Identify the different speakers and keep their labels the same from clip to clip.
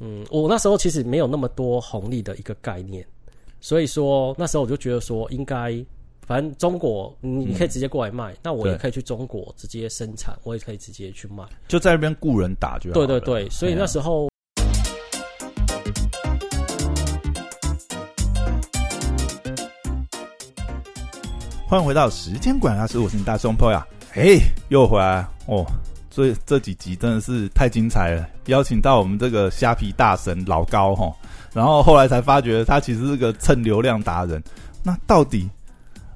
Speaker 1: 嗯，我那时候其实没有那么多红利的一个概念，所以说那时候我就觉得说应该。反正中国，你你可以直接过来卖，那我也
Speaker 2: 对
Speaker 1: 可以去中国直接生产，我也可以直接去卖。
Speaker 2: 就在那边雇人打就好
Speaker 1: 对
Speaker 2: 了
Speaker 1: 对对，所以那时候，
Speaker 2: 欢迎回到时间管啊家师，我是你大胸坡呀。嘿，又回来哦！所以这几集真的是太精彩了，邀请到我们这个虾皮大神老高哈，然后后来才发觉他其实是个蹭流量达人。那到底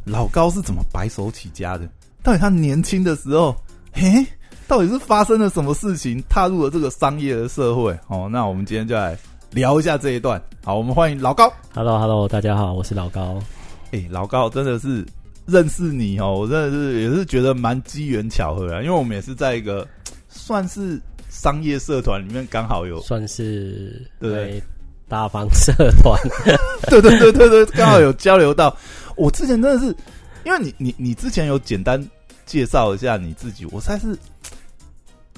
Speaker 2: 老高是怎么白手起家的？到底他年轻的时候，嘿，到底是发生了什么事情，踏入了这个商业的社会？哦，那我们今天就来聊一下这一段。好，我们欢迎老高。
Speaker 1: Hello Hello，大家好，我是老高。
Speaker 2: 哎、老高真的是认识你哦，我真的是也是觉得蛮机缘巧合啊，因为我们也是在一个算是商业社团里面刚好有，
Speaker 1: 算是
Speaker 2: 对
Speaker 1: 哎大方社团，
Speaker 2: 对对对对对，刚好有交流到。我之前真的是，因为你你你之前有简单介绍一下你自己，我才是，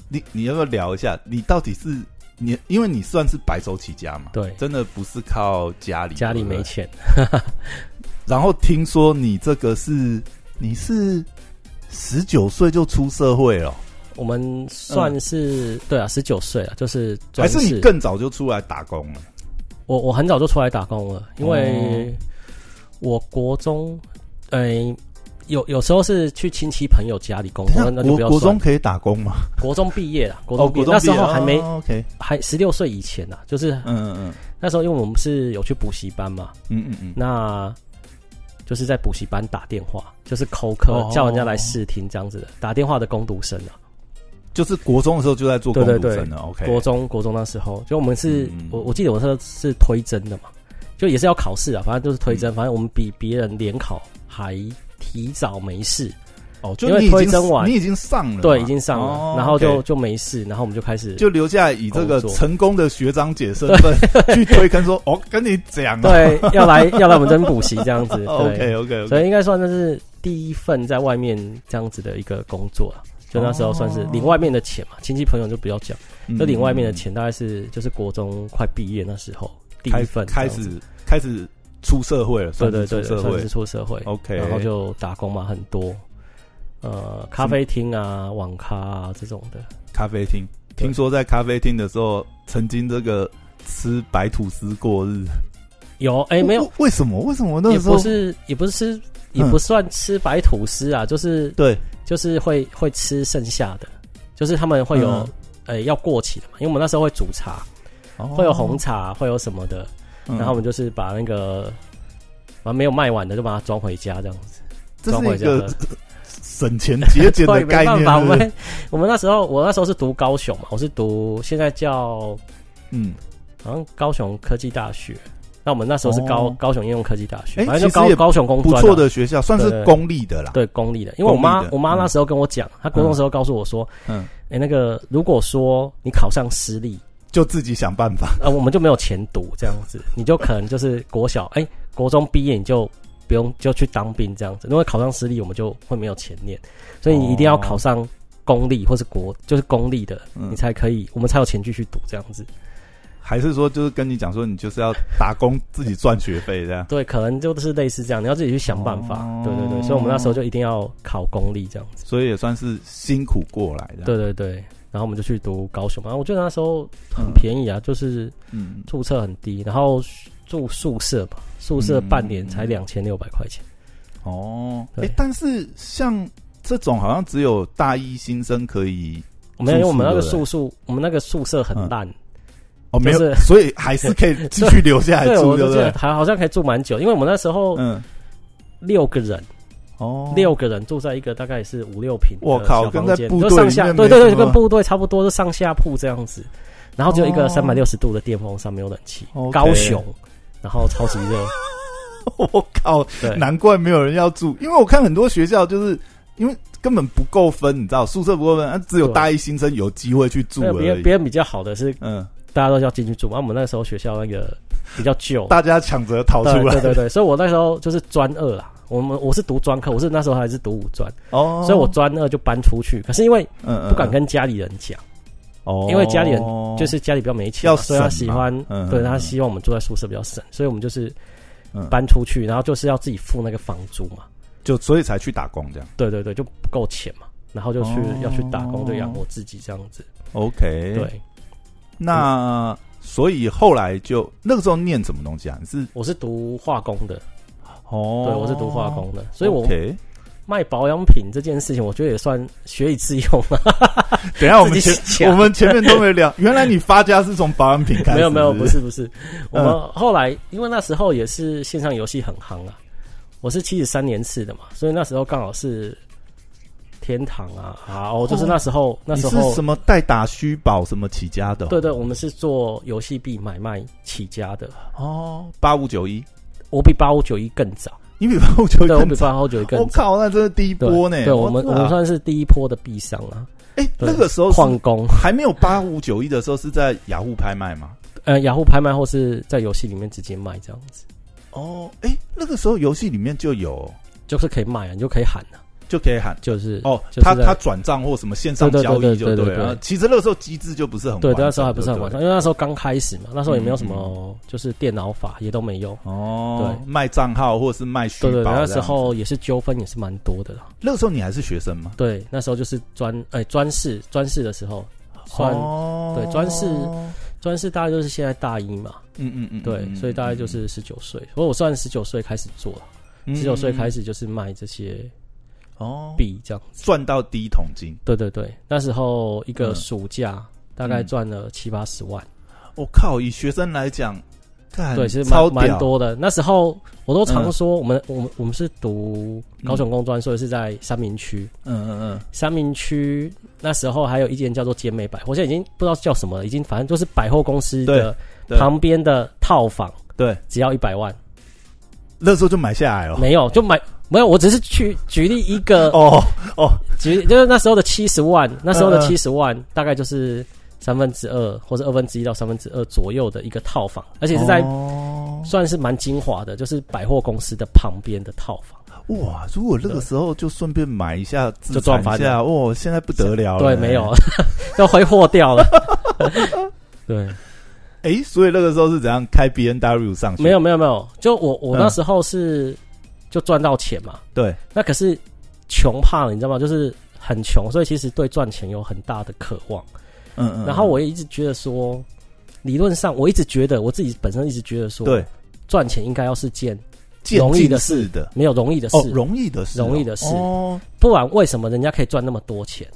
Speaker 2: 你你要不要聊一下，你到底是你，因为你算是白手起家嘛，
Speaker 1: 对，
Speaker 2: 真的不是靠家里，
Speaker 1: 家里
Speaker 2: 对不对
Speaker 1: 没钱，
Speaker 2: 然后听说你这个是你是十九岁就出社会了，
Speaker 1: 我们算是、对啊，十九岁啊，就是
Speaker 2: 嗯还
Speaker 1: 专
Speaker 2: 是你
Speaker 1: 职
Speaker 2: 更早就出来打工了？
Speaker 1: 我我很早就出来打工了，因为
Speaker 2: 哦
Speaker 1: 我国中，哎、有有时候是去亲戚朋友家里工
Speaker 2: 等一
Speaker 1: 作，
Speaker 2: 下
Speaker 1: 哦那就
Speaker 2: 国
Speaker 1: 不要
Speaker 2: 国
Speaker 1: 算
Speaker 2: 中可以打工吗？
Speaker 1: 国中毕业了，国
Speaker 2: 哦，
Speaker 1: 中毕
Speaker 2: 国
Speaker 1: 业、那
Speaker 2: 中毕
Speaker 1: 时
Speaker 2: 业
Speaker 1: 候还没、
Speaker 2: 哦 OK，
Speaker 1: 还十六岁以前呐、就是
Speaker 2: 嗯嗯
Speaker 1: 那时候因为我们是有去补习班嘛，
Speaker 2: 嗯嗯嗯嗯，
Speaker 1: 那就是在补习班打电话，就是口渴、
Speaker 2: 哦
Speaker 1: 叫人家来试听这样子的，打电话的工读生啊。
Speaker 2: 就是国中的时候就在做工读生了。OK，
Speaker 1: 国中国中那时候，就我们是、
Speaker 2: 嗯
Speaker 1: 我我记得我那时候是推甄的嘛，就也是要考试啊，反正就是推
Speaker 2: 嗯
Speaker 1: 甄，反正我们比别人联考还提早没事，
Speaker 2: 哦，就
Speaker 1: 因为
Speaker 2: 你已
Speaker 1: 推
Speaker 2: 经
Speaker 1: 甄完
Speaker 2: 你已经上了嘛，
Speaker 1: 对，已经上了，
Speaker 2: 哦
Speaker 1: 然后就
Speaker 2: OK
Speaker 1: 就没事，然后我们就开始
Speaker 2: 就留下以这个
Speaker 1: 工作
Speaker 2: 成功的学长姐身 份去推坑说，哦，跟你讲啊， 哦
Speaker 1: 对要来要来我们这边补习这样子，对，
Speaker 2: ，OK OK
Speaker 1: 所
Speaker 2: OK，
Speaker 1: 以应该算是第一份在外面这样子的一个工作啊。就那时候算是
Speaker 2: 哦嗯
Speaker 1: 领外面的钱嘛，亲戚朋友就不要讲，就领外面的钱，大概是就是国中快毕业那时候第
Speaker 2: 开
Speaker 1: 一份
Speaker 2: 开
Speaker 1: 这样子
Speaker 2: 始开始出社会了，
Speaker 1: 对
Speaker 2: 算
Speaker 1: 对
Speaker 2: 是
Speaker 1: 对
Speaker 2: 出
Speaker 1: 对，
Speaker 2: 社
Speaker 1: 算
Speaker 2: 会
Speaker 1: 是出社会。
Speaker 2: OK，
Speaker 1: 然后就打工嘛，很多，呃，咖啡厅啊、网咖啊这种的。
Speaker 2: 咖啡厅。
Speaker 1: 对
Speaker 2: 听说在咖啡厅的时候，曾经这个吃白吐司过日。
Speaker 1: 有哎、没有，
Speaker 2: 为为什么？为什么那
Speaker 1: 也
Speaker 2: 个时候嗯
Speaker 1: 不是也不是吃，也不算吃白吐司啊，就是
Speaker 2: 对
Speaker 1: 就是会会吃剩下的，就是他们会有
Speaker 2: 嗯
Speaker 1: 呃、要过期的嘛，因为我们那时候会煮茶，会有红，茶，会有什么的，
Speaker 2: 哦嗯
Speaker 1: 然后我们就是把那个。啊，没有卖完的就把它装回家，这样子
Speaker 2: 这
Speaker 1: 装
Speaker 2: 是
Speaker 1: 回
Speaker 2: 一
Speaker 1: 家喝
Speaker 2: 个。省钱节
Speaker 1: 对，
Speaker 2: 俭的
Speaker 1: 没
Speaker 2: 概
Speaker 1: 办
Speaker 2: 念。
Speaker 1: 法，我
Speaker 2: 对不对
Speaker 1: 们我们那时候我那时候是读高雄嘛，我是读现在叫
Speaker 2: 嗯，
Speaker 1: 好像高雄科技大学。那我们那时候是高、
Speaker 2: 哦
Speaker 1: 高雄应用科技大学，
Speaker 2: 哎
Speaker 1: 反正就
Speaker 2: 其实
Speaker 1: 高
Speaker 2: 也
Speaker 1: 高雄工
Speaker 2: 不
Speaker 1: 专啊
Speaker 2: 错的学校，算
Speaker 1: 对
Speaker 2: 是
Speaker 1: 对
Speaker 2: 公立的啦。
Speaker 1: 对公立的，因为我
Speaker 2: 公
Speaker 1: 妈
Speaker 2: 立的
Speaker 1: 我妈
Speaker 2: 嗯
Speaker 1: 那时候跟我讲，她国中时候告诉我说，
Speaker 2: 嗯，
Speaker 1: 哎、那个如果说你考上私立，
Speaker 2: 就自己想办法。
Speaker 1: 呃，我们就没有钱读这样子，你就可能就是国小哎、国中毕业你就不用就去当兵这样子，因为考上私立我们就会没有钱念，所以你一定要考上公立或是国就是公立的，
Speaker 2: 哦嗯
Speaker 1: 你，才可以我们才有钱继续读这样子。
Speaker 2: 还是说就是跟你讲说，你就是要打工自己赚学费这样。
Speaker 1: 对，可能就是类似这样，你要自己去想办法。
Speaker 2: 哦
Speaker 1: 对对对，所以我们那时候就一定要考公立这样子。
Speaker 2: 所以也算是辛苦过来的。
Speaker 1: 对对对，然后我们就去读高雄嘛，我觉得那时候
Speaker 2: 嗯，
Speaker 1: 很便宜啊，就是
Speaker 2: 嗯，
Speaker 1: 注册很低，然后住宿舍吧，宿舍半年才两千六百块钱。
Speaker 2: 哦，
Speaker 1: 对
Speaker 2: 哎，但是像这种好像只有大一新生可以
Speaker 1: 我们因为我们那个
Speaker 2: 嗯住
Speaker 1: 宿宿，我们那个宿舍
Speaker 2: 嗯
Speaker 1: 很烂，
Speaker 2: 哦，没
Speaker 1: 就
Speaker 2: 有，
Speaker 1: 是
Speaker 2: 所以还是可以继续留下来
Speaker 1: 对，
Speaker 2: 住，
Speaker 1: 我
Speaker 2: 对
Speaker 1: 就
Speaker 2: 不
Speaker 1: 记得
Speaker 2: 对？
Speaker 1: 还好像可以住蛮久，因为我们那时候
Speaker 2: 嗯，
Speaker 1: 六个人，
Speaker 2: 哦，
Speaker 1: 六个人住在一个大概也是五六平的
Speaker 2: 我靠
Speaker 1: 小房
Speaker 2: 跟在
Speaker 1: 间
Speaker 2: 部
Speaker 1: 就
Speaker 2: 队
Speaker 1: 上
Speaker 2: 里
Speaker 1: 下
Speaker 2: 面
Speaker 1: 对
Speaker 2: 没
Speaker 1: 对
Speaker 2: 什
Speaker 1: 对，
Speaker 2: 么
Speaker 1: 跟部队差不多，是上下铺这样子。然后只有一个
Speaker 2: 哦
Speaker 1: 三百六十度的电风扇，没有冷气
Speaker 2: OK
Speaker 1: 高雄，然后超级 热，
Speaker 2: 哦我靠，
Speaker 1: 对，
Speaker 2: 难怪没有人要住，因为我看很多学校就是因为根本不够分，你知道，宿舍不够分，啊只有
Speaker 1: 对
Speaker 2: 大一新生有机会去住
Speaker 1: 那别
Speaker 2: 而
Speaker 1: 人
Speaker 2: 已。
Speaker 1: 别人比较好的是
Speaker 2: 嗯，
Speaker 1: 大家都要进去住，然后我们那时候学校那 个比较旧，
Speaker 2: 大家抢着逃
Speaker 1: 对
Speaker 2: 出来
Speaker 1: 对，对对，所以我那时候就是专二啦。我们我是读专科，我是那时候还是读五专，
Speaker 2: 哦，
Speaker 1: 所以我专二就搬出去。可是因为
Speaker 2: 嗯嗯
Speaker 1: 不敢跟家里人讲，
Speaker 2: 哦，
Speaker 1: 因为家里人就是家里比较没钱嘛，
Speaker 2: 要
Speaker 1: 所以他
Speaker 2: 省
Speaker 1: 喜
Speaker 2: 嘛
Speaker 1: 欢，
Speaker 2: 嗯
Speaker 1: 对
Speaker 2: 嗯
Speaker 1: 他
Speaker 2: 嗯
Speaker 1: 希望我们住在宿舍比较省，所以我们就是
Speaker 2: 嗯
Speaker 1: 搬出去，然后就是要自己付那个房租嘛。
Speaker 2: 就所以才去打工这样。
Speaker 1: 对对对，就不够钱嘛，然后就去、
Speaker 2: 哦
Speaker 1: 要去打工，就养活自己这样子。
Speaker 2: OK，
Speaker 1: 对，
Speaker 2: 那所以后来就那个时候念什么东西啊？你是
Speaker 1: 我是读化工的，
Speaker 2: 哦，
Speaker 1: 对我是读化工的，所以我
Speaker 2: OK，
Speaker 1: 卖保养品这件事情，我觉得也算学以致用啊。
Speaker 2: 等一下我们
Speaker 1: 自己
Speaker 2: 前
Speaker 1: 想
Speaker 2: 我们前面都 没聊，原来你发家是从保养品开始，
Speaker 1: 没有没有，
Speaker 2: 不
Speaker 1: 不
Speaker 2: 是嗯
Speaker 1: 是不是，我们后来因为那时候也是线上游戏很夯啊，我是七十三年次的嘛，所以那时候刚好是天堂啊啊，哦，就是那时候、那时
Speaker 2: 你
Speaker 1: 候
Speaker 2: 是什么代打虚宝什么起家的哦？
Speaker 1: 对对，我们是做游戏币买卖起家的，
Speaker 2: 哦，八五九一，
Speaker 1: 我比八五九一更早，
Speaker 2: 你比八五九一
Speaker 1: 对我
Speaker 2: 更
Speaker 1: 比
Speaker 2: 早，
Speaker 1: 八五九一更
Speaker 2: 我
Speaker 1: 早。
Speaker 2: 靠，那真是第一
Speaker 1: 对
Speaker 2: 波呢。
Speaker 1: 对我们我
Speaker 2: 哇
Speaker 1: 们算是第一波的币商啊，
Speaker 2: 哎
Speaker 1: 对
Speaker 2: 那个时候是
Speaker 1: 矿工，
Speaker 2: 还没有八五九一的时候是在雅虎拍卖吗？
Speaker 1: 呃，雅虎拍卖或是在游戏里面直接卖这样子，
Speaker 2: 哦，哎、那个时候游戏里面就有，
Speaker 1: 就是可以卖啊，你就可以喊啊，
Speaker 2: 就可以喊
Speaker 1: 就是
Speaker 2: 哦，
Speaker 1: 就是
Speaker 2: 他
Speaker 1: 在
Speaker 2: 他转账或什么线上
Speaker 1: 对对
Speaker 2: 交易
Speaker 1: 对
Speaker 2: 就
Speaker 1: 对对
Speaker 2: 了。
Speaker 1: 对
Speaker 2: 然后其实那个时候机制就不是很
Speaker 1: 对，
Speaker 2: 完
Speaker 1: 那时候
Speaker 2: 善
Speaker 1: 还不是很
Speaker 2: 对
Speaker 1: 完
Speaker 2: 对嗯
Speaker 1: 善，因为那时候刚开始嘛，那时候也没有什么就是电脑法也都没有。
Speaker 2: 哦，
Speaker 1: 对
Speaker 2: 卖账号或者是卖虚
Speaker 1: 对对，对
Speaker 2: 报，
Speaker 1: 那时候也是纠纷也是蛮多的啦。
Speaker 2: 那个时候你还是学生吗？
Speaker 1: 对，那时候就是专哎专四专四的时候，算
Speaker 2: 哦，
Speaker 1: 对专是专四大概就是现在大一嘛，
Speaker 2: 嗯嗯嗯，
Speaker 1: 对，所以大概就是十九岁，所以我算十九岁开始做了，十九岁开始就是卖这些
Speaker 2: 嗯哦，
Speaker 1: 币这样。
Speaker 2: 赚到第一桶金，
Speaker 1: 对对对，那时候一
Speaker 2: 嗯
Speaker 1: 个暑假大概赚了七八十万，
Speaker 2: 我靠，以学生来讲，干
Speaker 1: 对，其实
Speaker 2: 哎超
Speaker 1: 蛮
Speaker 2: 屌
Speaker 1: 蛮多的。那时候我都
Speaker 2: 嗯
Speaker 1: 常说，我们我们我们是读高雄工专，所以是在三明区。
Speaker 2: 嗯嗯嗯，
Speaker 1: 三明区那时候还有一间叫做坚美百货，现在已经不知道叫什么了，已经反正就是百货公司的
Speaker 2: 对
Speaker 1: 旁边的套房，
Speaker 2: 对，
Speaker 1: 只要一百万，
Speaker 2: 那时候就买下来哦。
Speaker 1: 没有就买没有，我只是去举例一个，
Speaker 2: 哦哦，
Speaker 1: 举就是那时候的七十万，那时候的
Speaker 2: 嗯嗯
Speaker 1: 七十万大概就是三分之二或者二分之一到三分之二左右的一个套房，而且是在
Speaker 2: 哦
Speaker 1: 算是蛮精华的，就是百货公司的旁边的套房。
Speaker 2: 哇！如果那个时候就顺便买一下，自
Speaker 1: 就
Speaker 2: 产
Speaker 1: 赚翻
Speaker 2: 一下，哇！现在不得了了。
Speaker 1: 对，没有， 要挥霍掉 了。对，
Speaker 2: 哎、所以那个时候是怎样开 B N W 上去？
Speaker 1: 没有没有没有，就我我
Speaker 2: 嗯
Speaker 1: 那时候是就赚到钱嘛，
Speaker 2: 对，
Speaker 1: 那可是穷怕了，你知道吗？就是很穷，所以其实对赚钱有很大的渴望。
Speaker 2: 嗯嗯。
Speaker 1: 然后我也一直觉得说，理论上我一直觉得我自己本身一直觉得说，
Speaker 2: 对
Speaker 1: 赚钱应该要是件
Speaker 2: 渐
Speaker 1: 容易
Speaker 2: 进
Speaker 1: 的
Speaker 2: 式
Speaker 1: 事
Speaker 2: 的
Speaker 1: 没有容易的事，
Speaker 2: 哦，容易的事哦，
Speaker 1: 容易的事
Speaker 2: 哦，
Speaker 1: 不然为什么人家可以赚那么多钱？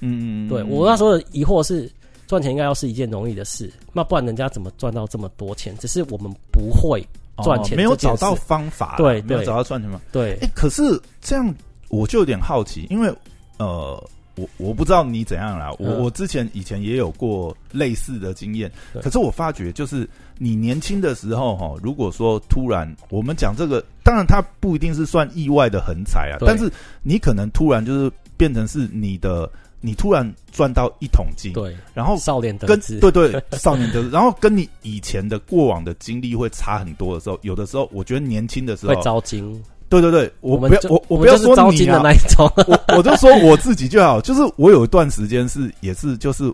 Speaker 2: 嗯嗯嗯。
Speaker 1: 对
Speaker 2: 嗯
Speaker 1: 我那时候的疑惑是，赚钱应该要是一件容易的事，那不然人家怎么赚到这么多钱？只是我们不会。赚钱
Speaker 2: 哦没有
Speaker 1: 这件
Speaker 2: 找到
Speaker 1: 事
Speaker 2: 方法啦，
Speaker 1: 对
Speaker 2: 没有
Speaker 1: 对
Speaker 2: 找到赚钱方法。
Speaker 1: 对
Speaker 2: 哎、，可是这样我就有点好奇，因为呃，我我不知道你怎样啦，我、
Speaker 1: 嗯
Speaker 2: 我之前以前也有过类似的经验，
Speaker 1: 对
Speaker 2: 可是我发觉就是你年轻的时候哈，如果说突然我们讲这个，当然它不一定是算意外的横财啊，
Speaker 1: 对
Speaker 2: 但是你可能突然就是变成是你的，你突然赚到一桶金，
Speaker 1: 对，
Speaker 2: 然后
Speaker 1: 少年得
Speaker 2: 哦跟
Speaker 1: 志，
Speaker 2: 对对少年得志，然后跟你以前的过往的经历会差很多的时候，有的时候我觉得年轻的时候
Speaker 1: 会招金。
Speaker 2: 对对对，我
Speaker 1: 们
Speaker 2: 不要
Speaker 1: 就
Speaker 2: 我
Speaker 1: 我
Speaker 2: 不
Speaker 1: 们
Speaker 2: 要
Speaker 1: 就是
Speaker 2: 说
Speaker 1: 招
Speaker 2: 你
Speaker 1: 金的
Speaker 2: 啊，
Speaker 1: 那一 种。
Speaker 2: 我我就说我自己就好。就是我有一段时间是也是就是，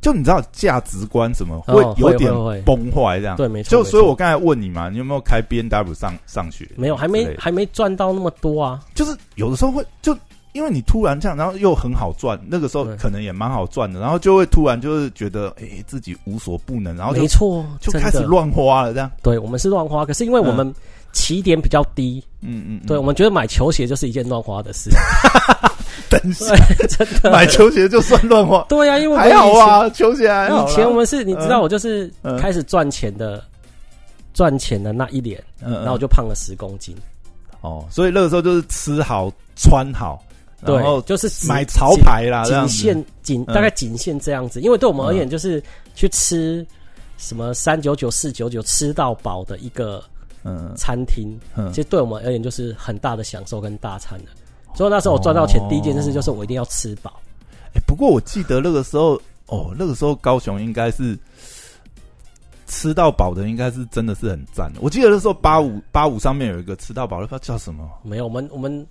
Speaker 2: 就你知道价值观什么会
Speaker 1: 哦
Speaker 2: 有点
Speaker 1: 会会会
Speaker 2: 崩坏这样。
Speaker 1: 对，没错。嗯
Speaker 2: 就
Speaker 1: 没
Speaker 2: 所以，
Speaker 1: 错
Speaker 2: 我刚才问你嘛，你有没有开 B N W 上上学？
Speaker 1: 没有还
Speaker 2: 之类
Speaker 1: 没
Speaker 2: 的
Speaker 1: 还没赚到那么多啊。
Speaker 2: 就是有的时候会就因为你突然这样，然后又很好赚，那个时候
Speaker 1: 对
Speaker 2: 可能也蛮好赚的，然后就会突然就是觉得哎、诶自己无所不能，然后就
Speaker 1: 没错，
Speaker 2: 就
Speaker 1: 真
Speaker 2: 开始
Speaker 1: 的。
Speaker 2: 乱花了这样。
Speaker 1: 对，我们是乱花，可是因为我们起点比较低，
Speaker 2: 嗯嗯，嗯
Speaker 1: 对我们觉得买球鞋就是一件乱花的事。
Speaker 2: 等一下
Speaker 1: 对，真的。，
Speaker 2: 买球鞋就算乱花
Speaker 1: 对呀、因为我们
Speaker 2: 还好
Speaker 1: 以前
Speaker 2: 啊，球鞋还好啦。
Speaker 1: 以前我们是，你知道，
Speaker 2: 嗯
Speaker 1: 我就是
Speaker 2: 嗯
Speaker 1: 开始赚钱的，赚钱的那一年，
Speaker 2: 嗯，嗯
Speaker 1: 然后我就胖了十公斤。
Speaker 2: 哦，所以那个时候就是吃好穿好，然
Speaker 1: 对，
Speaker 2: 后
Speaker 1: 就是只
Speaker 2: 买潮牌啦，
Speaker 1: 仅
Speaker 2: 啊这样
Speaker 1: 仅
Speaker 2: 子
Speaker 1: 限仅
Speaker 2: 嗯
Speaker 1: 大概仅限这样子，因为对我们而言，就是去吃什么三九九、四九九吃到饱的一个
Speaker 2: 嗯
Speaker 1: 餐厅，
Speaker 2: 嗯
Speaker 1: 其实对我们而言就是很大的享受跟大餐了。所以那时候我赚到钱
Speaker 2: 哦，
Speaker 1: 第一件事就是我一定要吃饱。
Speaker 2: 诶不过我记得那个时候，哦，那个时候高雄应该是吃到饱的，应该是真的是很赞的。我记得那时候八五八五上面有一个吃到饱的，不知道叫什么，
Speaker 1: 没有，我们我们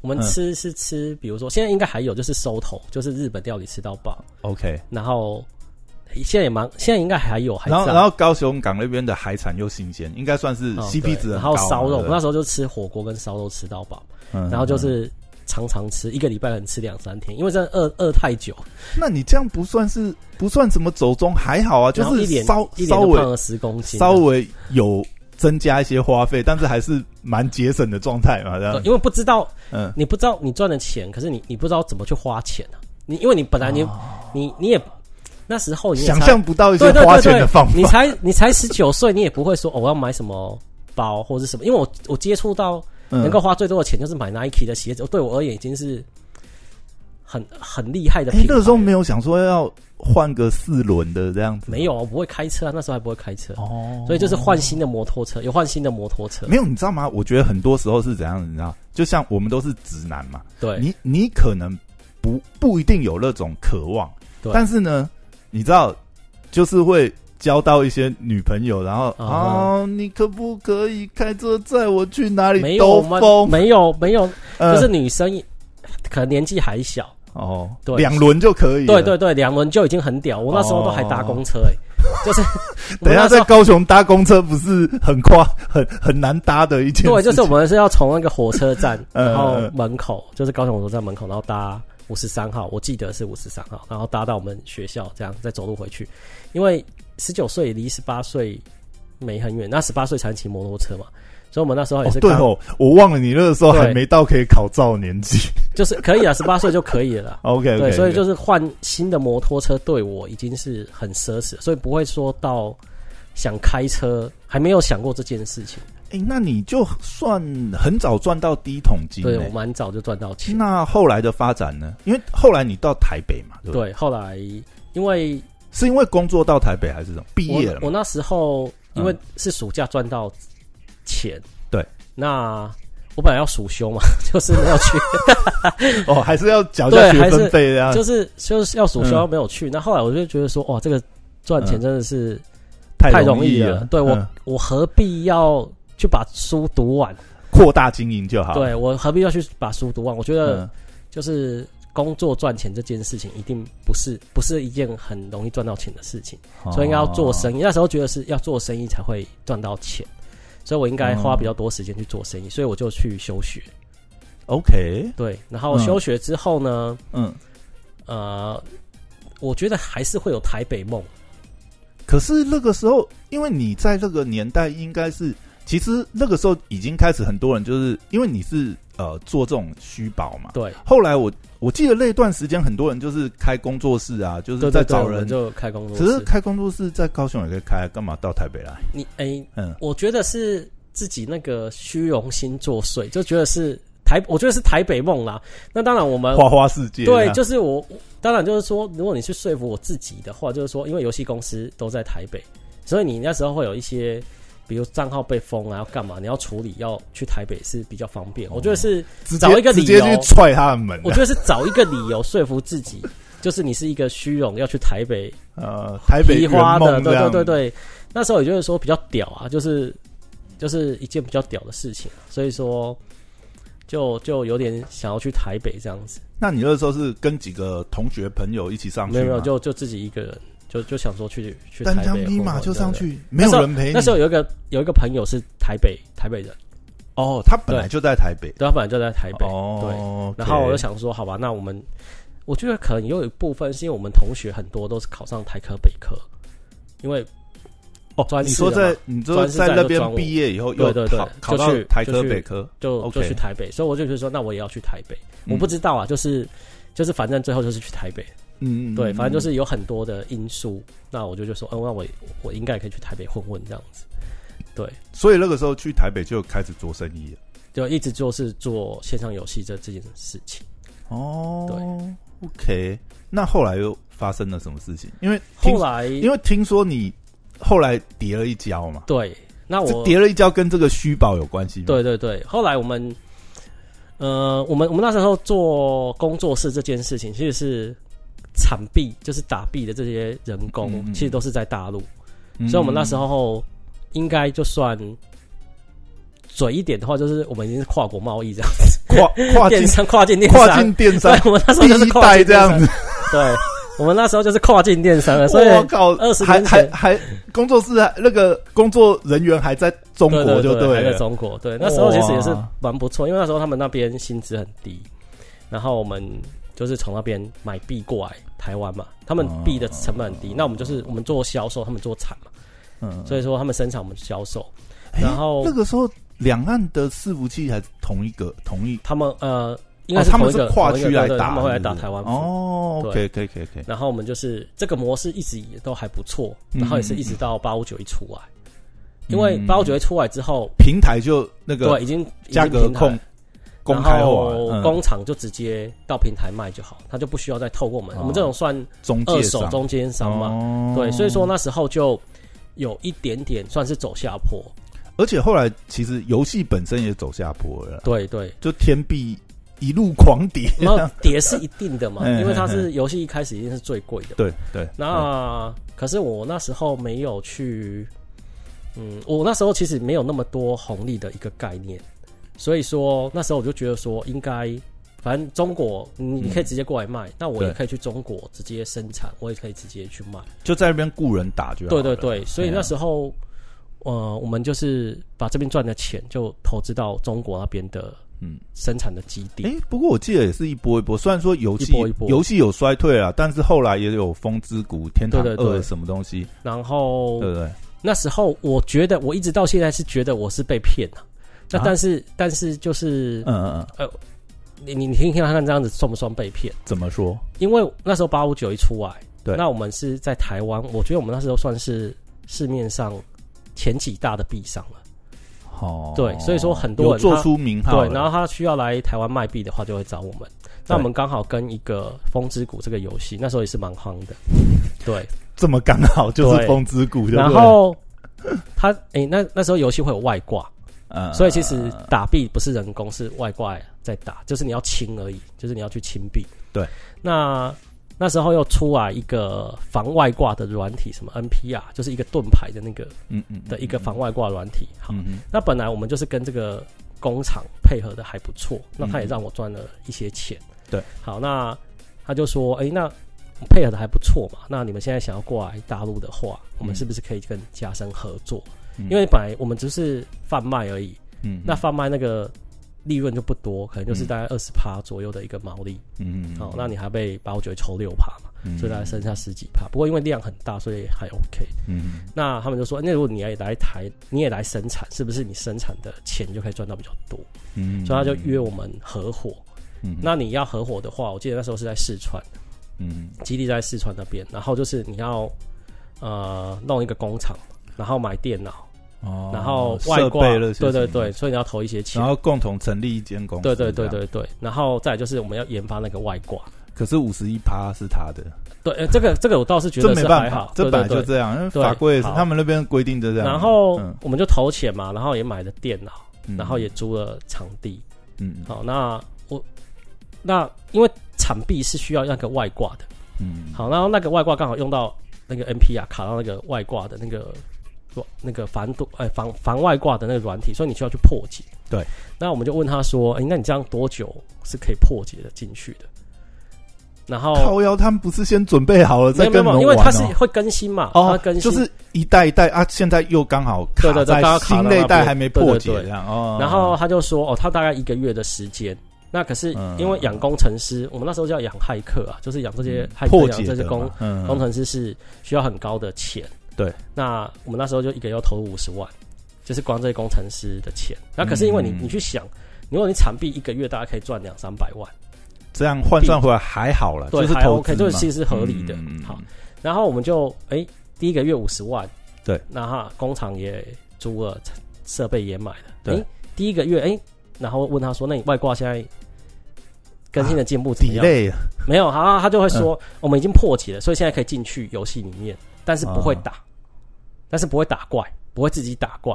Speaker 1: 我们
Speaker 2: 嗯
Speaker 1: 吃是吃，比如说现在应该还有就是收头，就是日本料理吃到饱，
Speaker 2: OK，
Speaker 1: 然后现在也蛮，现在应该还有还
Speaker 2: 然后
Speaker 1: 在。
Speaker 2: 然后高雄港那边的海产又新鲜，应该算是
Speaker 1: 哦
Speaker 2: CP
Speaker 1: 对
Speaker 2: 值很
Speaker 1: 然
Speaker 2: 高
Speaker 1: 后
Speaker 2: 嘛。
Speaker 1: 烧肉，
Speaker 2: 对
Speaker 1: 我
Speaker 2: 不
Speaker 1: 那时候就吃火锅跟烧肉吃到饱，
Speaker 2: 对嗯
Speaker 1: 然后就
Speaker 2: 嗯
Speaker 1: 是常常吃，一个礼拜可能吃两三天，因为真的饿饿太久，
Speaker 2: 那你这样不算是不算什么走中，还好啊，就
Speaker 1: 然后一
Speaker 2: 是
Speaker 1: 脸
Speaker 2: 稍
Speaker 1: 一
Speaker 2: 稍
Speaker 1: 脸就胖
Speaker 2: 微
Speaker 1: 了十公斤，
Speaker 2: 稍微有增加一些花费，但是还是蛮节省的状态嘛，这
Speaker 1: 对
Speaker 2: 样，
Speaker 1: 因为不知道
Speaker 2: 嗯，
Speaker 1: 你不知道你赚的钱，可是你你不知道怎么去花钱啊，你因为你本来你、你你也那时候你也才
Speaker 2: 哦想象不到一些
Speaker 1: 对对
Speaker 2: 花
Speaker 1: 对
Speaker 2: 钱的
Speaker 1: 对
Speaker 2: 方，
Speaker 1: 你
Speaker 2: 法。
Speaker 1: 才你才十九岁，你也不会说、哦、我要买什么包或者什么，因为我我接触到
Speaker 2: 嗯
Speaker 1: 能够花最多的钱就是买 Nike 的鞋子，对我而言已经是很很厉害的
Speaker 2: 哎
Speaker 1: 品牌，了。
Speaker 2: 那个时候没有想说要换个四轮的这样子，
Speaker 1: 没有，我不会开车啊，那时候还不会开车，
Speaker 2: 哦，
Speaker 1: 所以就是换新的摩托车，有换新的摩托车。
Speaker 2: 没有，你知道吗？我觉得很多时候是怎样，你知道，就像我们都是直男嘛，
Speaker 1: 对，
Speaker 2: 你你可能不不一定有那种渴望，
Speaker 1: 对
Speaker 2: 但是呢，你知道，就是会交到一些女朋友，然后
Speaker 1: 啊
Speaker 2: 啊，你可不可以开车载我去哪
Speaker 1: 没
Speaker 2: 里
Speaker 1: 有
Speaker 2: 兜
Speaker 1: 我们
Speaker 2: 风？
Speaker 1: 没有没有，
Speaker 2: 呃
Speaker 1: 就是女生也可能年纪还小，
Speaker 2: 哦，
Speaker 1: 对
Speaker 2: 两轮就可以。
Speaker 1: 对，对对，两轮就已经很屌。我那时候都还搭公车 哎，就是我们
Speaker 2: 哦等一
Speaker 1: 那
Speaker 2: 下
Speaker 1: 时
Speaker 2: 在
Speaker 1: 候
Speaker 2: 高雄搭公车不是很夸很很难搭的一件事情。
Speaker 1: 对，就是我们是要从那个火车站，
Speaker 2: 嗯
Speaker 1: 然后
Speaker 2: 嗯嗯
Speaker 1: 门口就是高雄火车站门口，然后搭五十三号，我记得是五十三号，然后搭到我们学校，这样再走路回去。因为十九岁离十八岁没很远，那十八岁才骑摩托车嘛，所以我们那时候也
Speaker 2: 哦
Speaker 1: 是
Speaker 2: 对
Speaker 1: 刚
Speaker 2: 哦，我忘了你那个时候还
Speaker 1: 对
Speaker 2: 没到可以考照的年纪。
Speaker 1: 就是可以了，啊十八岁就可以了啦
Speaker 2: OK，
Speaker 1: 对，所以就是换新的摩托车对我已经是很奢侈，所以不会说到想开车，还没有想过这件事情。
Speaker 2: 哎、那你就算很早赚到第一桶金、
Speaker 1: 对
Speaker 2: 欸
Speaker 1: 我蛮早就赚到钱。
Speaker 2: 那后来的发展呢？因为后来你到台北嘛，对不对？
Speaker 1: 对，后来因为
Speaker 2: 是因为工作到台北还是什么？毕
Speaker 1: 我
Speaker 2: 业了
Speaker 1: 我
Speaker 2: 嘛？
Speaker 1: 那时候因为
Speaker 2: 嗯
Speaker 1: 是暑假赚到钱，
Speaker 2: 对，
Speaker 1: 那我本来要暑休嘛， 就是没有去，
Speaker 2: 哦，还是要缴一下
Speaker 1: 对
Speaker 2: 学
Speaker 1: 还是
Speaker 2: 分费 的啊？
Speaker 1: 就是就是要暑休
Speaker 2: 嗯
Speaker 1: 没有去。那后来我就觉得说，哇，哦这个赚钱
Speaker 2: 嗯
Speaker 1: 真的是
Speaker 2: 太
Speaker 1: 太容易
Speaker 2: 了。
Speaker 1: 对我
Speaker 2: 啊嗯
Speaker 1: 我何必要去把书读完？
Speaker 2: 扩大经营就好。
Speaker 1: 对呃我何必要去把书读完？我觉得
Speaker 2: 嗯，
Speaker 1: 就是工作赚钱这件事情，一定不是不是一件很容易赚到钱的事情，
Speaker 2: 嗯哦
Speaker 1: 所以应该要做
Speaker 2: 意。
Speaker 1: 生意。那时候觉得是要做生意才会赚到钱，所以我应该花比较多时间去做生意，所以我就去休学。
Speaker 2: OK，
Speaker 1: 对，然后
Speaker 2: 嗯
Speaker 1: 休学之后呢，
Speaker 2: 嗯，
Speaker 1: 呃，我觉得还是会有台北梦。
Speaker 2: 可是那个时候，因为你在那个年代应该是，其实那个时候已经开始很多人就是因为你是呃做这种虚宝嘛。
Speaker 1: 对，
Speaker 2: 后来我我记得那段时间很多人就是开工作室啊，就是
Speaker 1: 对
Speaker 2: 在
Speaker 1: 对对，
Speaker 2: 找
Speaker 1: 我
Speaker 2: 人
Speaker 1: 们就开工作
Speaker 2: 只是
Speaker 1: 室。
Speaker 2: 开工作室在高雄也可以开，干嘛到台北来？
Speaker 1: 你哎、
Speaker 2: 嗯，
Speaker 1: 我觉得是自己那个虚荣心作祟，就觉得是台，我觉得是台北梦啦。那当然，我们
Speaker 2: 花花世界啊这
Speaker 1: 呃对，
Speaker 2: 样
Speaker 1: 就是我当然就是说，如果你去说服我自己的话，就是说，因为游戏公司都在台北，所以你那时候会有一些，比如账号被封啊，要干嘛，你要处理，要去台北是比较方便。
Speaker 2: 嗯
Speaker 1: 我觉得是，
Speaker 2: 直接
Speaker 1: 找一个理
Speaker 2: 直
Speaker 1: 由
Speaker 2: 接去踹他的门
Speaker 1: 我
Speaker 2: 啊。
Speaker 1: 觉得是找一个理由说服自己，就是你是一个虚荣要去台北
Speaker 2: 呃，台北
Speaker 1: 提花
Speaker 2: 圆
Speaker 1: 的，
Speaker 2: 梦这
Speaker 1: 对对
Speaker 2: 样
Speaker 1: 对对。那时候也就是说比较屌啊，就是就是一件比较屌的事情啊、所以说就就有点想要去台北这样子，
Speaker 2: 那你那时候是跟几个同学朋友一起上去
Speaker 1: 没
Speaker 2: 吗？
Speaker 1: 有没有，就就自己一个人，就就想说去去
Speaker 2: 单
Speaker 1: 台
Speaker 2: 枪
Speaker 1: 北
Speaker 2: 匹
Speaker 1: 混
Speaker 2: 马
Speaker 1: 混
Speaker 2: 就
Speaker 1: 对
Speaker 2: 上
Speaker 1: 对
Speaker 2: 去，没有人陪你。
Speaker 1: 那时候有一个有一个朋友是台北台北人，
Speaker 2: 哦，他本来就在台北。
Speaker 1: 对他本来就在台北，
Speaker 2: 哦，
Speaker 1: 然后我就，想说，好吧，那我们我觉得可能也有一部分是因为我们同学很多都是考上台科北科，因为
Speaker 2: 哦
Speaker 1: 专
Speaker 2: 你
Speaker 1: 四
Speaker 2: 说
Speaker 1: 的嘛
Speaker 2: 在你说
Speaker 1: 专四
Speaker 2: 在
Speaker 1: 在
Speaker 2: 那
Speaker 1: 就
Speaker 2: 边
Speaker 1: 专五
Speaker 2: 毕业以后，
Speaker 1: 对
Speaker 2: 又
Speaker 1: 对对
Speaker 2: 考考
Speaker 1: 就
Speaker 2: 到
Speaker 1: 去
Speaker 2: 台
Speaker 1: 就
Speaker 2: 科
Speaker 1: 去
Speaker 2: 北科，
Speaker 1: 就
Speaker 2: OK
Speaker 1: 就去台北，所以我就觉得说，那我也要去台北。我不
Speaker 2: 嗯
Speaker 1: 知道啊，就是就是反正最后就是去台北，
Speaker 2: 嗯，嗯
Speaker 1: 对，反正就。
Speaker 2: 嗯
Speaker 1: 是有很多的因素。那我就就说，嗯，那我我应该也可以去台北混混这样子，对，
Speaker 2: 嗯所以那个时候去台北就开始做生意了。
Speaker 1: 就一直就是做线上游戏这这件事情。
Speaker 2: 哦，对，OK。那后来又发生了什么事情？因为听
Speaker 1: 后来
Speaker 2: 因为听说你后来跌了一跤嘛，
Speaker 1: 对，那
Speaker 2: 这
Speaker 1: 我
Speaker 2: 跌了一跤跟这个虚宝有关系吗？，
Speaker 1: 对对对，后来我们，呃，我们我们那时候做工作室这件事情，其实是产币，就是打币的这些人工，
Speaker 2: 嗯嗯嗯
Speaker 1: 其实都是在大陆，所以我们那时候应该就算。准一点的话，就是我们已经是跨国贸易这样子，
Speaker 2: 跨跨
Speaker 1: 电
Speaker 2: 境
Speaker 1: 商跨境电
Speaker 2: 啊跨
Speaker 1: 商
Speaker 2: 境，电商
Speaker 1: 对，我们那时候
Speaker 2: 第
Speaker 1: 就是
Speaker 2: 一
Speaker 1: 跨
Speaker 2: 代
Speaker 1: 境
Speaker 2: 这
Speaker 1: 电
Speaker 2: 样
Speaker 1: 商，
Speaker 2: 子，
Speaker 1: 对，我们那时候就是跨境电商了，所以
Speaker 2: 我靠，
Speaker 1: 20
Speaker 2: 还
Speaker 1: 年
Speaker 2: 还
Speaker 1: 前
Speaker 2: 还工作室还那个工作人员还在中
Speaker 1: 对
Speaker 2: 国
Speaker 1: 对
Speaker 2: 就
Speaker 1: 对，还在
Speaker 2: 了，
Speaker 1: 中国，对，那时候其实也是
Speaker 2: 哇
Speaker 1: 蛮不错，因为那时候他们那边薪资很低，然后我们就是从那边买币过来台湾嘛，他们币的成本很低，那我们就是我们做销售，他们做产嘛，
Speaker 2: 嗯，
Speaker 1: 所以说他们生产我们销售，
Speaker 2: 哎
Speaker 1: 然后
Speaker 2: 那个时候两岸的伺服器还是同一个同一，
Speaker 1: 他们呃应
Speaker 2: 哦
Speaker 1: 该
Speaker 2: 他
Speaker 1: 同
Speaker 2: 们
Speaker 1: 一个、
Speaker 2: 跨
Speaker 1: 同一
Speaker 2: 区
Speaker 1: 个
Speaker 2: 来
Speaker 1: 对对
Speaker 2: 打，
Speaker 1: 他们会来
Speaker 2: 是不
Speaker 1: 打
Speaker 2: 是
Speaker 1: 台湾服。
Speaker 2: 哦
Speaker 1: 对
Speaker 2: ，OK，可以可以可以，
Speaker 1: 然后我们就是这个模式一直也都还不错，
Speaker 2: 嗯
Speaker 1: 然后也是一直到八五九一出来，因为
Speaker 2: 嗯
Speaker 1: 八五九一出来之后，
Speaker 2: 平台就那个
Speaker 1: 对，已经已经
Speaker 2: 价格
Speaker 1: 平台
Speaker 2: 控公
Speaker 1: 然
Speaker 2: 开化
Speaker 1: 后，
Speaker 2: 嗯
Speaker 1: 工厂就直接到平台卖就好，他就不需要再透过我们，
Speaker 2: 哦
Speaker 1: 我们这种算
Speaker 2: 中
Speaker 1: 二
Speaker 2: 介
Speaker 1: 手
Speaker 2: 商
Speaker 1: 中间商嘛，
Speaker 2: 哦
Speaker 1: 对，所以说那时候就有一点点算是走下坡，
Speaker 2: 而且后来其实游戏本身也走下坡了啦，
Speaker 1: 对 对，
Speaker 2: 就天币一路狂 跌，
Speaker 1: 然后跌是一定的嘛，
Speaker 2: 嗯
Speaker 1: 因为它是游戏一开始一定是最贵的，
Speaker 2: 对对，嗯
Speaker 1: 那可是我那时候没有去，嗯，我那时候其实没有那么多红利的一个概念，所以说那时候我就觉得说应该，反正中国你你可以直接过来卖，那我也
Speaker 2: 对
Speaker 1: 可以去中国直接生产，我也可以直接去卖。
Speaker 2: 就在那边雇人打就好
Speaker 1: 对
Speaker 2: 了
Speaker 1: 对对，所以
Speaker 2: 对啊
Speaker 1: 那时候，呃，我们就是把这边赚的钱就投资到中国那边的
Speaker 2: 嗯
Speaker 1: 生产的基地。
Speaker 2: 哎，不过我记得也是一波一波，虽然说游
Speaker 1: 一
Speaker 2: 戏
Speaker 1: 波一波
Speaker 2: 游戏有衰退啊，但是后来也有《风之谷》《天堂二
Speaker 1: 对对》哦对
Speaker 2: 什么东西，
Speaker 1: 然后
Speaker 2: 对不对？
Speaker 1: 那时候我觉得，我一直到现在是觉得我是被骗了。那
Speaker 2: 啊
Speaker 1: 但是、但是就是
Speaker 2: 嗯嗯嗯，
Speaker 1: 你你你听听看这样子算不算被骗？
Speaker 2: 怎么说？
Speaker 1: 因为那时候八五九一出来，
Speaker 2: 对
Speaker 1: 那我们是在台湾，我觉得我们那时候算是市面上前几大的币商了。
Speaker 2: 哦，
Speaker 1: 对所以说很多人
Speaker 2: 有做出名号了，
Speaker 1: 对，然后他需要来台湾卖币的话，就会找我们。那我们刚好跟一个《风之谷》这个游戏，那时候也是蛮夯的。对，
Speaker 2: 这么刚好就是《
Speaker 1: 对
Speaker 2: 风之谷》，对不对
Speaker 1: 然后他诶、那那时候游戏会有外挂，
Speaker 2: 嗯
Speaker 1: 所以其实打币不是人工，是外挂在打，就是你要清而已，就是你要去清币。
Speaker 2: 对，
Speaker 1: 那那时候又出来一个防外挂的软体，什么 NPR，就是一个盾牌的那个
Speaker 2: 嗯嗯嗯
Speaker 1: 的一个防外挂软体。好，
Speaker 2: 嗯嗯
Speaker 1: 那本来我们就是跟这个工厂配合的还不错，那他也
Speaker 2: 嗯
Speaker 1: 让我赚了一些钱。
Speaker 2: 对，
Speaker 1: 好，那他就说，哎、那配合的还不错嘛，那你们现在想要过来大陆的话，我们
Speaker 2: 嗯
Speaker 1: 是不是可以跟嘉生合作？
Speaker 2: 嗯
Speaker 1: 因为本来我们只是贩卖而已，
Speaker 2: 嗯嗯
Speaker 1: 那贩卖那个利润就不多，可能就是大概二十趴左右的一个毛利。
Speaker 2: 嗯嗯
Speaker 1: 好、那你还被八五九抽六趴嘛，所以大概剩下十几趴。不过因为量很大，所以还 OK。
Speaker 2: 嗯
Speaker 1: 那他们就说，那如果你也来台，你也来生产，是不是你生产的钱就可以赚到比较多？
Speaker 2: 嗯，
Speaker 1: 所以他就约我们合伙。
Speaker 2: 嗯
Speaker 1: 那你要合伙的话，我记得那时候是在四川，
Speaker 2: 嗯
Speaker 1: 基地在四川那边，然后就是你要呃弄一个工厂，然后买电脑，
Speaker 2: 哦，
Speaker 1: 然后外
Speaker 2: 设
Speaker 1: 挂，
Speaker 2: 备了，
Speaker 1: 对对对，，所以你要投一些钱
Speaker 2: 然。后共同成立一间公司，
Speaker 1: 对对对
Speaker 2: 这样，
Speaker 1: 对对，然后再来就是我们要研发那个外挂，
Speaker 2: 可是五十一趴是他的，
Speaker 1: 对，呃这个这个我倒是觉
Speaker 2: 嗯这
Speaker 1: 得
Speaker 2: 没
Speaker 1: 是
Speaker 2: 办
Speaker 1: 还
Speaker 2: 法
Speaker 1: 好，，
Speaker 2: 这
Speaker 1: 对
Speaker 2: 本
Speaker 1: 对
Speaker 2: 来
Speaker 1: 对。
Speaker 2: 就这样，因为
Speaker 1: 对
Speaker 2: 法规也是
Speaker 1: 好
Speaker 2: 他们那边规定的这样。
Speaker 1: 然后
Speaker 2: 嗯
Speaker 1: 我们就投钱嘛，然后也买了电脑，
Speaker 2: 嗯
Speaker 1: 然后也租了场地。
Speaker 2: 嗯
Speaker 1: 好，那我那因为产币是需要那个外挂的，
Speaker 2: 嗯
Speaker 1: 好，然后那个外挂刚好用到那个 NP 啊，卡到那个外挂的那个那个防毒呃防防外挂的那个软体，所以你需要去破解。
Speaker 2: 对，
Speaker 1: 那我们就问他说，哎、那你这样多久是可以破解的进去的？然后
Speaker 2: 靠腰他们不是先准备好了
Speaker 1: 没
Speaker 2: 再
Speaker 1: 有没
Speaker 2: 跟
Speaker 1: 有
Speaker 2: 我
Speaker 1: 没
Speaker 2: 们
Speaker 1: 有，
Speaker 2: 玩
Speaker 1: 因为它
Speaker 2: 哦
Speaker 1: 是会更新嘛，它
Speaker 2: 哦
Speaker 1: 更，
Speaker 2: 就
Speaker 1: 新。
Speaker 2: 是一代一代啊，现在又刚好
Speaker 1: 对
Speaker 2: 卡
Speaker 1: 对对
Speaker 2: 在
Speaker 1: 刚好卡
Speaker 2: 新
Speaker 1: 到
Speaker 2: 那一
Speaker 1: 那
Speaker 2: 代
Speaker 1: 边
Speaker 2: 还没
Speaker 1: 对
Speaker 2: 破
Speaker 1: 对
Speaker 2: 解
Speaker 1: 对
Speaker 2: 这样哦。
Speaker 1: 然后他就说，哦，他大概一个月的时间。那可是
Speaker 2: 嗯
Speaker 1: 因为养工程师，我们那时候叫养骇客啊，就是养这些骇
Speaker 2: 嗯破
Speaker 1: 客、
Speaker 2: 解
Speaker 1: 养这些
Speaker 2: 的
Speaker 1: 工
Speaker 2: 嘛嗯
Speaker 1: 工程师是需要很高的钱。
Speaker 2: 对，
Speaker 1: 那我们那时候就一个要投入五十万，就是光这些工程师的钱。那可是因为你
Speaker 2: 嗯
Speaker 1: 你去想，如果你产币一个月大概可以赚两三百万，
Speaker 2: 这样换算回来还好了，
Speaker 1: 对
Speaker 2: 就是
Speaker 1: 还
Speaker 2: 投
Speaker 1: OK，
Speaker 2: 资
Speaker 1: 这
Speaker 2: 嘛
Speaker 1: 个其实是合理的
Speaker 2: 嗯嗯
Speaker 1: 好然后我们就哎、第一个月五十万，
Speaker 2: 对，
Speaker 1: 那哈工厂也租了，设备也买了，
Speaker 2: 对
Speaker 1: 诶第一个月哎、然后问他说，那你外挂现在更新的进步怎么
Speaker 2: 底
Speaker 1: 样？
Speaker 2: 类
Speaker 1: 没有，他他就会说、
Speaker 2: 嗯
Speaker 1: 我们已经破解了，所以现在可以进去游戏里面，但
Speaker 2: 啊
Speaker 1: 是不会打，但是不会打怪，不会自己打怪，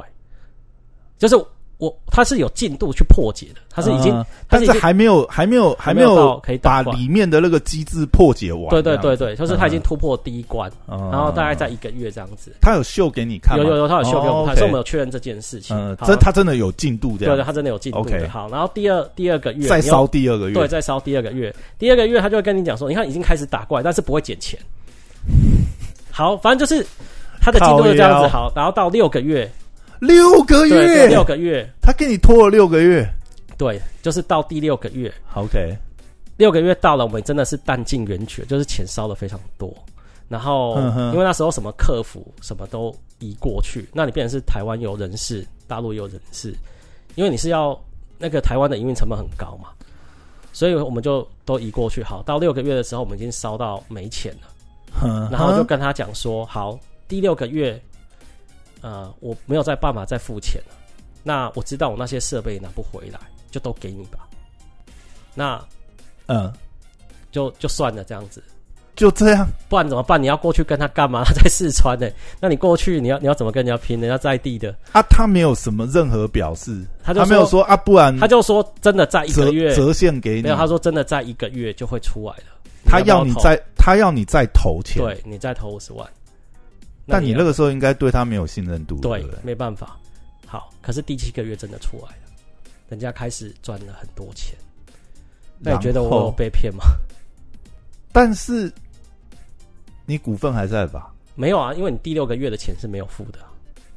Speaker 1: 就是我它是有进度去破解的，它是已经，
Speaker 2: 嗯
Speaker 1: 它
Speaker 2: 但
Speaker 1: 是已
Speaker 2: 是
Speaker 1: 经
Speaker 2: 还没有还没有还没
Speaker 1: 到
Speaker 2: 有
Speaker 1: 可以打
Speaker 2: 把
Speaker 1: 怪。
Speaker 2: 里面的那个机制破解完。嗯
Speaker 1: 对对对
Speaker 2: 这样子，
Speaker 1: 对，就是它已经
Speaker 2: 嗯
Speaker 1: 突破第一关，
Speaker 2: 然
Speaker 1: 然后大概在一个月这样子。
Speaker 2: 他有秀给你看吗，
Speaker 1: 有有有，他有秀给我们
Speaker 2: 哦
Speaker 1: 看，所以我们有确认这件事情
Speaker 2: 嗯，。
Speaker 1: 好
Speaker 2: 真他真的有进度这
Speaker 1: 对对，
Speaker 2: 样，
Speaker 1: 他真的有进度
Speaker 2: OK
Speaker 1: 的。好，然后第二第二个月
Speaker 2: 再
Speaker 1: 你要
Speaker 2: 烧第二个月，
Speaker 1: 对，再烧第二个月，第二个月他就会跟你讲说，你看已经开始打怪，但是不会减钱。好，反正就是他的进度是这样
Speaker 2: 靠
Speaker 1: 子。
Speaker 2: 腰
Speaker 1: 好，然后到六个月，
Speaker 2: 六个
Speaker 1: 对，
Speaker 2: 月
Speaker 1: 六，个月，
Speaker 2: 他给你拖了六个月
Speaker 1: 对，就是到第六个月，
Speaker 2: ，OK，
Speaker 1: 六个月到了，我们真的是弹尽援绝，就是钱烧的非常多。然后
Speaker 2: 嗯哼
Speaker 1: 因为那时候什么客服什么都移过去，那你变成是台湾有人事，大陆也有人事，因为你是要那个台湾的营运成本很高嘛，所以我们就都移过去。好，到六个月的时候，我们已经烧到没钱了。
Speaker 2: 然
Speaker 1: 然后就跟他讲说，好，第六个月，呃，我没有再办法再付钱了。那我知道我那些设备拿不回来，就都给你吧。那
Speaker 2: 嗯，
Speaker 1: 就就算了这样子，
Speaker 2: 就这样，
Speaker 1: 不然怎么办？你要过去跟他干嘛？他在四川呢、欸 那你过去你要你要怎么跟人家拼？人家在地的，
Speaker 2: 啊，他没有什么任何表示，
Speaker 1: 他就
Speaker 2: 他没有，说啊，不然
Speaker 1: 他就说真的在一
Speaker 2: 折
Speaker 1: 个月，
Speaker 2: 折现给
Speaker 1: 没
Speaker 2: 你
Speaker 1: 有，，他说真的在一个月就会出来了。
Speaker 2: 他
Speaker 1: 要
Speaker 2: 要你
Speaker 1: 不投
Speaker 2: 再他要你再投钱，，
Speaker 1: 对你再投五十万，
Speaker 2: 但你
Speaker 1: 要
Speaker 2: 那个时候应该对他没有信任度，对
Speaker 1: 对
Speaker 2: 不对，？
Speaker 1: 没办法。好，可是第七个月真的出来了，人家开始赚了很多钱。那你觉得
Speaker 2: 然
Speaker 1: 我有
Speaker 2: 后
Speaker 1: 被骗吗？
Speaker 2: 但是你股份还在吧？
Speaker 1: 没有啊，因为你第六个月的钱是没有付的啊，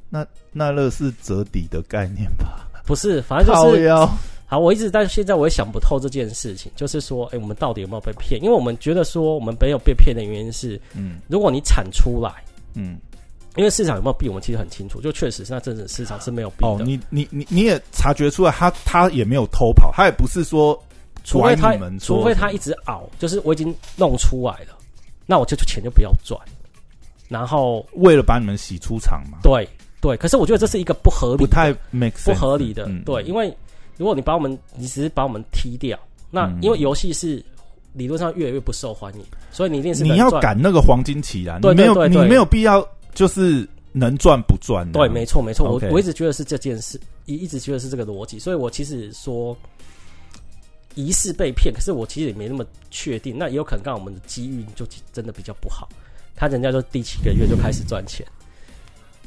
Speaker 2: 那那是折抵的概念 吧？
Speaker 1: 不是，反正
Speaker 2: 靠
Speaker 1: 就是
Speaker 2: 腰，
Speaker 1: 好。我一直到现在我也想不透这件事情，就是说，哎、我们到底有没有被骗？因为我们觉得说我们没有被骗的原因是，
Speaker 2: 嗯
Speaker 1: 如果你产出来，
Speaker 2: 嗯，
Speaker 1: 因为市场有没有币，我们其实很清楚，就确实是那真正市场是没有币的，
Speaker 2: 哦，你你你你也察觉出来他，他也没有偷跑，他也不是说
Speaker 1: 除非
Speaker 2: 拐
Speaker 1: 他
Speaker 2: 你们说
Speaker 1: 除非他一直熬，就是我已经弄出来了，那我就钱就不要赚，然后
Speaker 2: 为了把你们洗出场嘛，
Speaker 1: 对对，可是我觉得这是一个不合理
Speaker 2: 不、太 make
Speaker 1: 不
Speaker 2: sense，
Speaker 1: 合理的，
Speaker 2: 嗯
Speaker 1: 对，因为如果你把我们，你只是把我们踢掉，那
Speaker 2: 嗯
Speaker 1: 因为游戏是理论上越来越不受欢迎，所以你一定是
Speaker 2: 你
Speaker 1: 能
Speaker 2: 要
Speaker 1: 赚，
Speaker 2: 赶那个黄金期啊，你
Speaker 1: 对
Speaker 2: 没
Speaker 1: 对
Speaker 2: 有
Speaker 1: 对
Speaker 2: 你
Speaker 1: 对
Speaker 2: 没有必要就是能赚不赚啊，
Speaker 1: 对，没错没错，我
Speaker 2: OK
Speaker 1: 我一直觉得是这件事，一一直觉得是这个逻辑，所以我其实说。疑似被骗，可是我其实也没那么确定，那也有可能刚好我们的机遇就真的比较不好，他人家就第七个月就开始赚钱，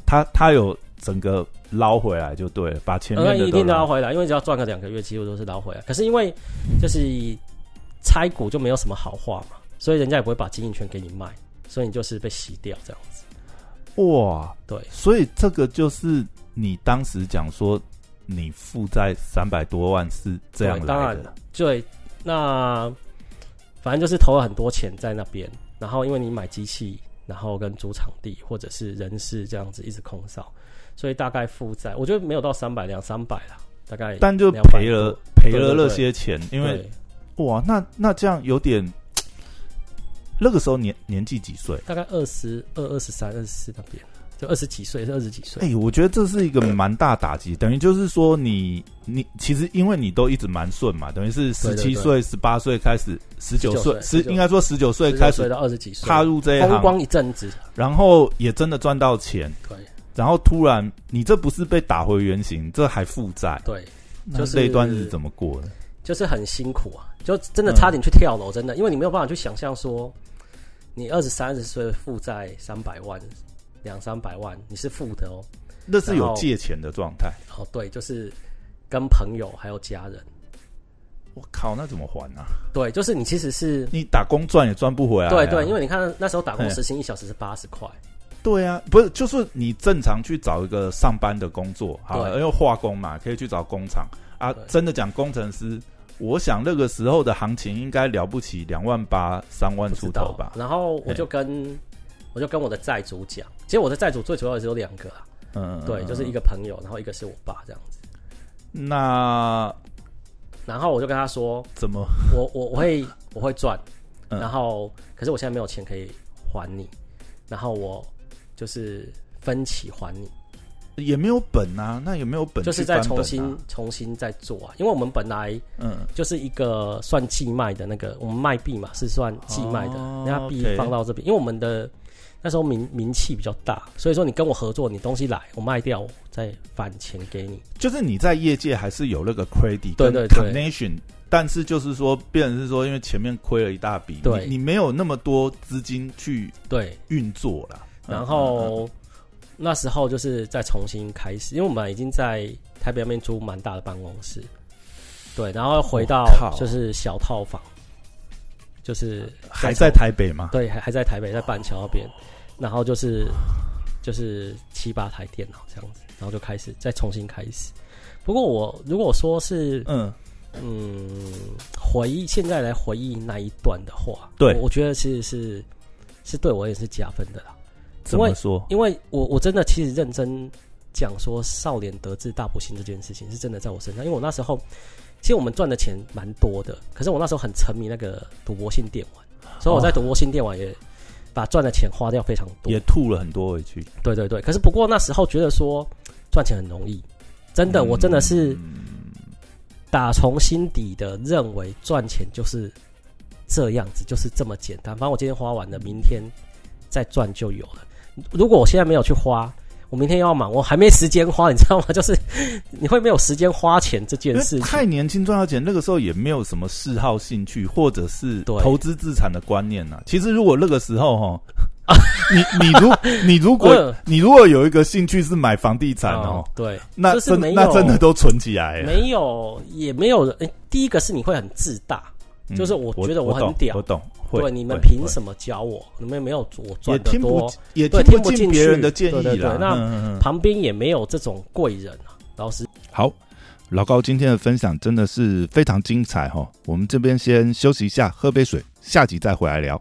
Speaker 2: 他他有整个捞回来就对了，把嗯前面
Speaker 1: 那
Speaker 2: 的都
Speaker 1: 呃一定捞
Speaker 2: 捞
Speaker 1: 回来，因为只要赚个两个月，几乎都是捞回来。可是因为就是拆股就没有什么好话嘛，所以人家也不会把经营权给你卖，所以你就是被洗掉这样子。
Speaker 2: 哇，
Speaker 1: 对
Speaker 2: 所以这个就是你当时讲说你负债三百多万是这样
Speaker 1: 对当
Speaker 2: 来
Speaker 1: 然
Speaker 2: 的，
Speaker 1: 对，那反正就是投了很多钱在那边，然后因为你买机器，然后跟租场地或者是人事这样子一直空少，所以大概负债我觉得没有到三百两三百啦，大概
Speaker 2: 但就
Speaker 1: 200
Speaker 2: 赔了赔了
Speaker 1: 对对对
Speaker 2: 那些钱，因为
Speaker 1: 对
Speaker 2: 哇，那那这样有点，那个时候年年纪几岁？
Speaker 1: 大概二十二、二十三、二十四那边，就二十几岁，是二十几岁。
Speaker 2: 哎、我觉得这是一个蛮大打击，等于就是说你你其实因为你都一直蛮顺嘛，等于是
Speaker 1: 对
Speaker 2: 十
Speaker 1: 对
Speaker 2: 七岁、十八岁开始，十九岁
Speaker 1: 19
Speaker 2: 十
Speaker 1: 岁
Speaker 2: 应该说十九岁
Speaker 1: 19
Speaker 2: 开
Speaker 1: 岁
Speaker 2: 始
Speaker 1: 到二十几岁，
Speaker 2: 踏入这一
Speaker 1: 风
Speaker 2: 行，
Speaker 1: 光一阵子，
Speaker 2: 然后也真的赚到钱，
Speaker 1: 对
Speaker 2: 然后突然你这不是被打回原形，这还负债，
Speaker 1: 对，
Speaker 2: 那
Speaker 1: 就是
Speaker 2: 这一段是怎么过的？
Speaker 1: 就是很辛苦啊，就真的差点去跳楼，真的，因为你没有办法去想象说，你二十三十岁负债三百万、两三百万，你是负的哦。
Speaker 2: 那是有
Speaker 1: 然后
Speaker 2: 借钱的状态，
Speaker 1: 哦，对，就是跟朋友还有家人，
Speaker 2: 我靠，那怎么还啊？
Speaker 1: 对，就是你其实是。
Speaker 2: 你打工赚也赚不回来啊、
Speaker 1: 对对，因为你看那时候打工
Speaker 2: 哎
Speaker 1: 时薪一小时是八十块，
Speaker 2: 对啊，不是，就是你正常去找一个上班的工作，好，因
Speaker 1: 对
Speaker 2: 为化工嘛，可以去找工厂啊
Speaker 1: 对。
Speaker 2: 真的讲工程师，我想那个时候的行情应该了不起两万八、三万
Speaker 1: 不
Speaker 2: 出
Speaker 1: 知
Speaker 2: 头
Speaker 1: 道
Speaker 2: 吧？
Speaker 1: 然后我就跟我就跟我的债主讲，其实我的债主最主要的只有两个啊，
Speaker 2: 嗯，
Speaker 1: 对，就是一
Speaker 2: 个。
Speaker 1: 个朋友，然后一个是我爸这样子。
Speaker 2: 那
Speaker 1: 然后我就跟他说，
Speaker 2: 怎么？
Speaker 1: 我我我会我会赚，
Speaker 2: 嗯
Speaker 1: 然后可是我现在没有钱可以还你，然后我就是分期还你，
Speaker 2: 也没有本啊，那也没有本
Speaker 1: 就
Speaker 2: 去
Speaker 1: 是
Speaker 2: 翻本啊，
Speaker 1: 再重新、重新再做啊，因为我们本来
Speaker 2: 嗯，
Speaker 1: 就是一个算寄卖的那个，我们卖币嘛是算寄卖的，
Speaker 2: 哦
Speaker 1: 人家币
Speaker 2: OK
Speaker 1: 放到这边，因为我们的。那时候名名气比较大，所以说你跟我合作，你东西来我卖掉，我再返钱给你。
Speaker 2: 就是你在业界还是有那个 credit
Speaker 1: 对
Speaker 2: 跟
Speaker 1: 对对
Speaker 2: connection，但是就是说，变成是说，因为前面亏了一大笔，
Speaker 1: 对
Speaker 2: 你你没有那么多资金去
Speaker 1: 对，
Speaker 2: 运作了。嗯
Speaker 1: 然
Speaker 2: 嗯嗯
Speaker 1: 后那时候就是再重新开始，因为我们已经在台北那边租蛮大的办公室，对，然后回到
Speaker 2: 我靠
Speaker 1: 就是小套房，就是
Speaker 2: 还在台北嘛，
Speaker 1: 对还还在台北在板桥那边，然后就是就是七八台电脑这样子，然后就开始再重新开始。不过我如果说是
Speaker 2: 嗯，
Speaker 1: 嗯回忆现在来回忆那一段的话，
Speaker 2: 对
Speaker 1: 我我觉得其实是是对我也是加分的啦。
Speaker 2: 怎么说？
Speaker 1: 因为我我真的其实认真讲说少年得志大不幸这件事情是真的在我身上，因为我那时候其实我们赚的钱蛮多的，可是我那时候很沉迷那个赌博性电玩，所以我在赌博性电玩也把赚的钱花掉非常多
Speaker 2: 也。吐了很多回去。
Speaker 1: 对对对，可是不过那时候觉得说赚钱很容易，真的，我真的
Speaker 2: 嗯
Speaker 1: 是打从心底的认为赚钱就是这样子，就是这么简单。反正我今天花完了，明天再赚就有了。如果我现在没有去花，我明天又要忙，我还没时间花，你知道吗？就是你会没有时间花钱这件
Speaker 2: 因为
Speaker 1: 事情。
Speaker 2: 太年轻赚到钱，那个时候也没有什么嗜好、兴趣，或者是
Speaker 1: 对
Speaker 2: 投资资产的观念呐、其实如果那个时候 哈，你你如你如果
Speaker 1: 嗯
Speaker 2: 你如果有一个兴趣是买房地产哦，
Speaker 1: 对，
Speaker 2: 那
Speaker 1: 就是
Speaker 2: 真
Speaker 1: 没有
Speaker 2: 那真的都存起来
Speaker 1: 嗯
Speaker 2: 了。
Speaker 1: 没有也没有人。诶第一个是你会很自大，
Speaker 2: 嗯
Speaker 1: 就是我觉得我
Speaker 2: 我
Speaker 1: 很
Speaker 2: 懂
Speaker 1: 屌
Speaker 2: 我懂。会
Speaker 1: 对，你们
Speaker 2: 会
Speaker 1: 凭
Speaker 2: 会
Speaker 1: 什么教我？你们没有我
Speaker 2: 也
Speaker 1: 赚的
Speaker 2: 听
Speaker 1: 多
Speaker 2: 不，也
Speaker 1: 对
Speaker 2: 听
Speaker 1: 听不
Speaker 2: 进
Speaker 1: 进
Speaker 2: 别人
Speaker 1: 去
Speaker 2: 的建
Speaker 1: 对
Speaker 2: 议
Speaker 1: 对
Speaker 2: 啦
Speaker 1: 对。那
Speaker 2: 嗯嗯嗯
Speaker 1: 旁边也没有这种贵人啊。老师，
Speaker 2: 好，老高今天的分享真的是非常精彩哈、哦。我们这边先休息一下，喝杯水，下集再回来聊。